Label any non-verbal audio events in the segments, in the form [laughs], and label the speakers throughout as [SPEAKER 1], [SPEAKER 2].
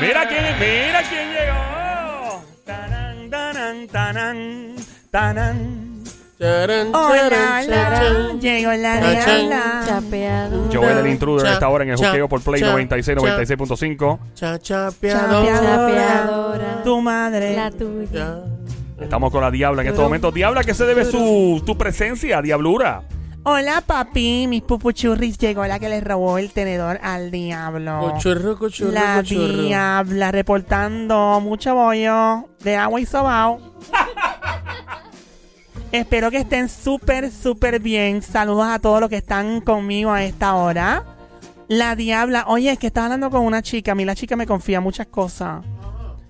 [SPEAKER 1] Mira quién, mira quién llegó. Tanán, tanán, tanán, tanán.
[SPEAKER 2] Hola, la, llegó la
[SPEAKER 3] Cha, cha.
[SPEAKER 2] reala.
[SPEAKER 3] Chapeado.
[SPEAKER 1] Joel el intruder
[SPEAKER 3] Cha,
[SPEAKER 1] está ahora en el
[SPEAKER 3] cha,
[SPEAKER 1] juqueo por Play
[SPEAKER 3] cha,
[SPEAKER 1] 96,
[SPEAKER 3] cha.
[SPEAKER 1] 96.5.
[SPEAKER 3] Cha, chapeado.
[SPEAKER 2] Chapeadora.
[SPEAKER 3] Chapeadora.
[SPEAKER 2] Tu madre.
[SPEAKER 3] La tuya.
[SPEAKER 1] Estamos con la Diabla en estos momentos. Diabla, ¿qué se debe su, tu presencia, Diablura?
[SPEAKER 2] Hola, papi. Mis pupuchurris llegó la que le robó el tenedor al diablo.
[SPEAKER 3] Cuchurru, cuchurru,
[SPEAKER 2] La
[SPEAKER 3] cuchurru.
[SPEAKER 2] diabla reportando mucho bollo de agua y sobao. [laughs] Espero que estén súper, súper bien. Saludos a todos los que están conmigo a esta hora. La diabla, oye, es que estaba hablando con una chica. A mí la chica me confía muchas cosas.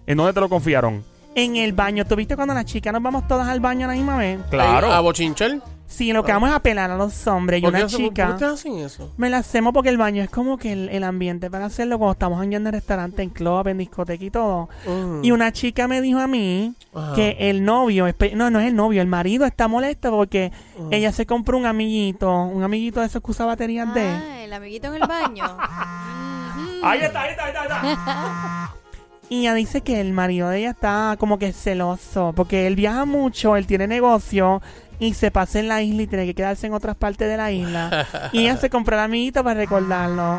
[SPEAKER 1] ¿En dónde te lo confiaron?
[SPEAKER 2] En el baño, ¿tú viste cuando las chicas nos vamos todas al baño a la misma vez?
[SPEAKER 1] Claro.
[SPEAKER 3] Ay, ¿A bochinchar?
[SPEAKER 2] Sí, lo que vamos es apelar a los hombres. Y
[SPEAKER 3] Ah. ¿Por qué
[SPEAKER 2] una
[SPEAKER 3] hacen- ¿Por qué
[SPEAKER 2] chica.
[SPEAKER 3] ustedes hacen eso?
[SPEAKER 2] Me la hacemos porque el baño es como que el, el ambiente para hacerlo cuando estamos jangueando en restaurante, en club, en discoteca y todo.
[SPEAKER 3] Mm. Ah.
[SPEAKER 2] Y una chica me dijo a mí
[SPEAKER 3] Ajá.
[SPEAKER 2] que el novio, espe- no, no es el novio, el marido está molesto porque
[SPEAKER 3] Mm.
[SPEAKER 2] ella se compró un amiguito, un amiguito de esos que usa baterías de.
[SPEAKER 4] Ah, el amiguito en el baño.
[SPEAKER 2] [laughs]
[SPEAKER 1] Ahí está, ahí está, ahí está. ahí
[SPEAKER 3] [laughs]
[SPEAKER 1] está.
[SPEAKER 2] Y ella dice que el marido de ella está como que celoso porque él viaja mucho, él tiene negocio y se pasa en la isla y tiene que quedarse en otras partes de la isla. y ella se compró el amiguito para recordarlo.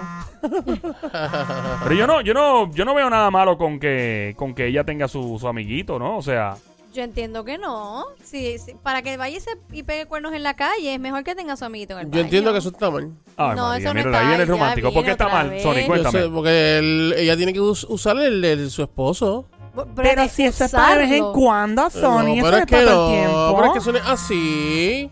[SPEAKER 1] Pero yo no, yo no, yo no veo nada malo con que, con que ella tenga su, su amiguito, ¿no? O sea,
[SPEAKER 4] Yo entiendo que no. Sí, sí, Para que vaya y se- y pegue cuernos en la calle, es mejor que tenga a su amiguito en el baño.
[SPEAKER 3] Yo entiendo que eso está mal.
[SPEAKER 1] ay,
[SPEAKER 4] No,
[SPEAKER 1] María,
[SPEAKER 4] eso no
[SPEAKER 1] mira,
[SPEAKER 4] está
[SPEAKER 1] ahí viene el
[SPEAKER 4] ahí, ya
[SPEAKER 1] romántico. ¿Por qué
[SPEAKER 4] vino
[SPEAKER 1] está
[SPEAKER 4] otra
[SPEAKER 1] mal,
[SPEAKER 4] vez.
[SPEAKER 1] Sony?
[SPEAKER 4] Yo
[SPEAKER 3] Yo
[SPEAKER 1] Cuéntame.
[SPEAKER 3] sé, porque él- ella tiene que us- usar el de su esposo.
[SPEAKER 4] Bu-
[SPEAKER 2] Pero
[SPEAKER 4] de
[SPEAKER 2] si eso es para de vez en
[SPEAKER 4] usarlo.
[SPEAKER 2] cuando, Sony,
[SPEAKER 3] No,
[SPEAKER 2] eso es para todo el tiempo.
[SPEAKER 3] pero es que eso no es así.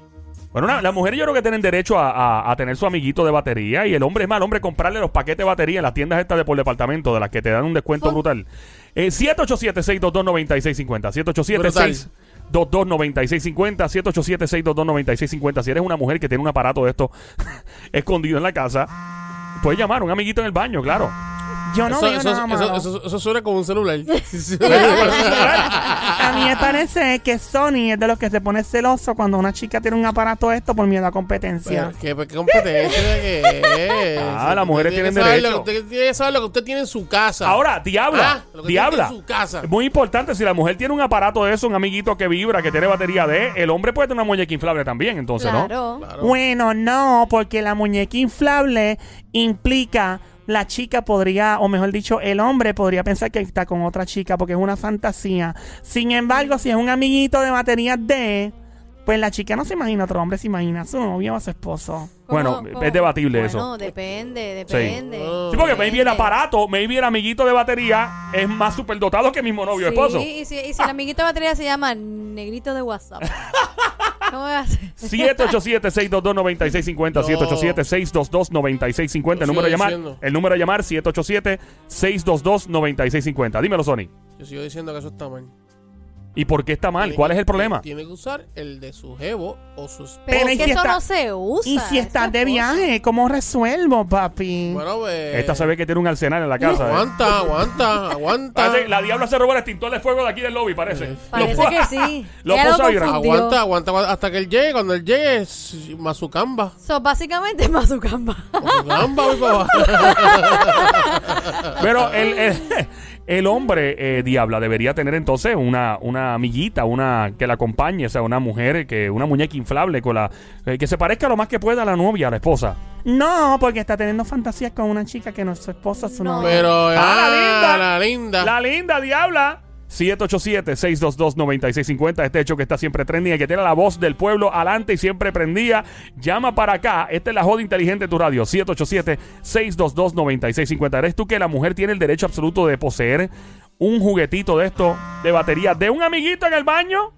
[SPEAKER 1] Bueno, una- las mujeres yo creo que tienen derecho a, a- a tener su amiguito de batería y el hombre es mal, hombre, comprarle los paquetes de batería en las tiendas estas de por departamento, de las que te dan un descuento brutal. Eh, 787-622-9650. 787-622-9650. 787-622-9650. Si eres una mujer que tiene un aparato de esto [laughs] escondido en la casa, puedes llamar a un amiguito en el baño, claro.
[SPEAKER 3] Ah.
[SPEAKER 2] Yo no
[SPEAKER 3] Eso,
[SPEAKER 2] veo
[SPEAKER 3] eso-
[SPEAKER 2] nada
[SPEAKER 3] eso-
[SPEAKER 2] malo.
[SPEAKER 3] eso- eso suena como un
[SPEAKER 2] [laughs]
[SPEAKER 3] celular. [laughs]
[SPEAKER 2] A mí
[SPEAKER 3] Ah.
[SPEAKER 2] me parece que Sony es de los que se pone celoso cuando una chica tiene un aparato de esto por miedo a competencia.
[SPEAKER 3] Pero, ¿Qué, qué competencia que es?
[SPEAKER 1] [laughs] Ah, las
[SPEAKER 3] Usted
[SPEAKER 1] mujeres
[SPEAKER 3] tiene que
[SPEAKER 1] tienen
[SPEAKER 3] saber
[SPEAKER 1] derecho.
[SPEAKER 3] Lo que usted tiene que saber lo que usted tiene en su casa.
[SPEAKER 1] Ahora, diabla,
[SPEAKER 3] Ah, lo que
[SPEAKER 1] diabla.
[SPEAKER 3] tiene en su casa.
[SPEAKER 1] Es muy importante, si la mujer tiene un aparato de eso, un amiguito que vibra, que tiene batería de, el hombre puede tener una muñeca inflable también, entonces, ¿no?
[SPEAKER 4] Claro.
[SPEAKER 3] Claro.
[SPEAKER 2] Bueno, no, porque la muñeca inflable implica la chica podría, o mejor dicho, el hombre podría pensar que está con otra chica porque es una fantasía. Sin embargo, si es un amiguito de batería D, pues la chica no se imagina otro hombre, se imagina a su novio o a su esposo.
[SPEAKER 1] Bueno, es debatible eso.
[SPEAKER 4] bueno, depende, depende.
[SPEAKER 1] Sí, porque
[SPEAKER 4] Depende.
[SPEAKER 1] maybe el aparato, maybe el amiguito de batería es más superdotado que mi novio esposo.
[SPEAKER 4] Sí, y si, y si el amiguito de batería se llama Negrito
[SPEAKER 1] [laughs]
[SPEAKER 4] de WhatsApp. ¿Cómo va a ser?
[SPEAKER 1] 787-622-9650,
[SPEAKER 3] No.
[SPEAKER 1] 787-622-9650, el
[SPEAKER 3] Lo
[SPEAKER 1] número a
[SPEAKER 3] sigo
[SPEAKER 1] llamar,
[SPEAKER 3] diciendo.
[SPEAKER 1] el número a llamar 787-622-9650. Dímelo, Sony.
[SPEAKER 3] Yo sigo diciendo que eso está mal.
[SPEAKER 1] ¿Y por qué está mal?
[SPEAKER 3] Tiene
[SPEAKER 1] ¿Cuál
[SPEAKER 3] que-
[SPEAKER 1] es el problema?
[SPEAKER 3] Tiene que usar el de su jevo o su esposo.
[SPEAKER 4] Pero
[SPEAKER 2] Pero
[SPEAKER 4] es
[SPEAKER 2] ¿y
[SPEAKER 4] que
[SPEAKER 2] si
[SPEAKER 4] eso
[SPEAKER 2] está-
[SPEAKER 4] no se usa.
[SPEAKER 2] Y si
[SPEAKER 4] eso
[SPEAKER 2] estás
[SPEAKER 4] es
[SPEAKER 2] de
[SPEAKER 4] cosa.
[SPEAKER 2] viaje, ¿cómo resuelvo, papi?
[SPEAKER 3] Bueno, pues.
[SPEAKER 1] Esta se ve que tiene un arsenal en la casa. ¿eh?
[SPEAKER 3] Aguanta, aguanta,
[SPEAKER 1] [laughs]
[SPEAKER 3] aguanta.
[SPEAKER 1] Parece que la diabla se robó el extintor de fuego de aquí del lobby, parece.
[SPEAKER 4] Parece
[SPEAKER 1] Lo-
[SPEAKER 4] que sí.
[SPEAKER 1] [laughs] Lo
[SPEAKER 4] Ya
[SPEAKER 1] puso a vibrar.
[SPEAKER 4] confundió.
[SPEAKER 3] Aguanta, aguanta aguanta hasta que él llegue. Cuando él llegue, es mazucamba.
[SPEAKER 4] So, básicamente [laughs] es Mazucamba.
[SPEAKER 3] Mazucamba, voy
[SPEAKER 1] [laughs]
[SPEAKER 3] para
[SPEAKER 1] Ah,
[SPEAKER 3] abajo.
[SPEAKER 1] Pero el, [laughs] el- el hombre eh, diabla debería tener entonces una, una amiguita, una que la acompañe, o sea, una mujer, que una muñeca inflable con la eh, que se parezca lo más que pueda a la novia, a la esposa.
[SPEAKER 2] No, porque está teniendo fantasías con una chica que no es su esposa, su
[SPEAKER 4] No.
[SPEAKER 2] novia.
[SPEAKER 3] [laughs] Pero,
[SPEAKER 1] Ah, la
[SPEAKER 3] ah, la linda.
[SPEAKER 1] La linda diabla. 787-622-9650. Este hecho que está siempre trending, el que tiene la voz del pueblo adelante y siempre prendía. Llama para acá. Esta es la joda inteligente de tu radio. 787-622-9650. ¿Eres tú que la mujer tiene el derecho absoluto de poseer un juguetito de esto de batería de un amiguito en el baño?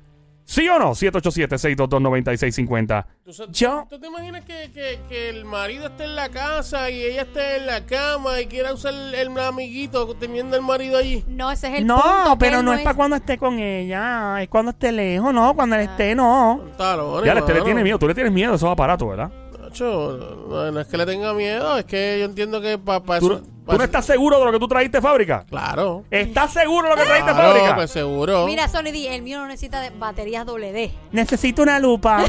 [SPEAKER 1] ¿Sí o no? 787-622-9650.
[SPEAKER 3] ¿Tú, sa-
[SPEAKER 2] Yo-
[SPEAKER 3] ¿Tú te imaginas que, que- que el marido esté en la casa y ella esté en la cama y quiera usar el, el amiguito teniendo el marido allí?
[SPEAKER 4] No, ese es el
[SPEAKER 2] no,
[SPEAKER 4] punto. que
[SPEAKER 2] pero
[SPEAKER 4] él
[SPEAKER 2] no es para cuando esté con ella, es cuando esté lejos, no, cuando
[SPEAKER 4] Ah.
[SPEAKER 2] él esté, no.
[SPEAKER 3] Talones,
[SPEAKER 1] Ya, usted le
[SPEAKER 3] mano.
[SPEAKER 1] tiene miedo. Tú le tienes miedo a esos aparatos, ¿verdad?
[SPEAKER 3] Nacho, no, no es que le tenga miedo, es que yo entiendo que para
[SPEAKER 1] ¿Tú, no- tú no estás seguro de lo que tú trajiste de fábrica?
[SPEAKER 3] Claro.
[SPEAKER 1] ¿Estás seguro de lo que trajiste de
[SPEAKER 3] Claro,
[SPEAKER 1] fábrica?
[SPEAKER 3] pues seguro.
[SPEAKER 4] Mira, Sony D, el mío no necesita de baterías doble D. [laughs]
[SPEAKER 2] Necesito una lupa.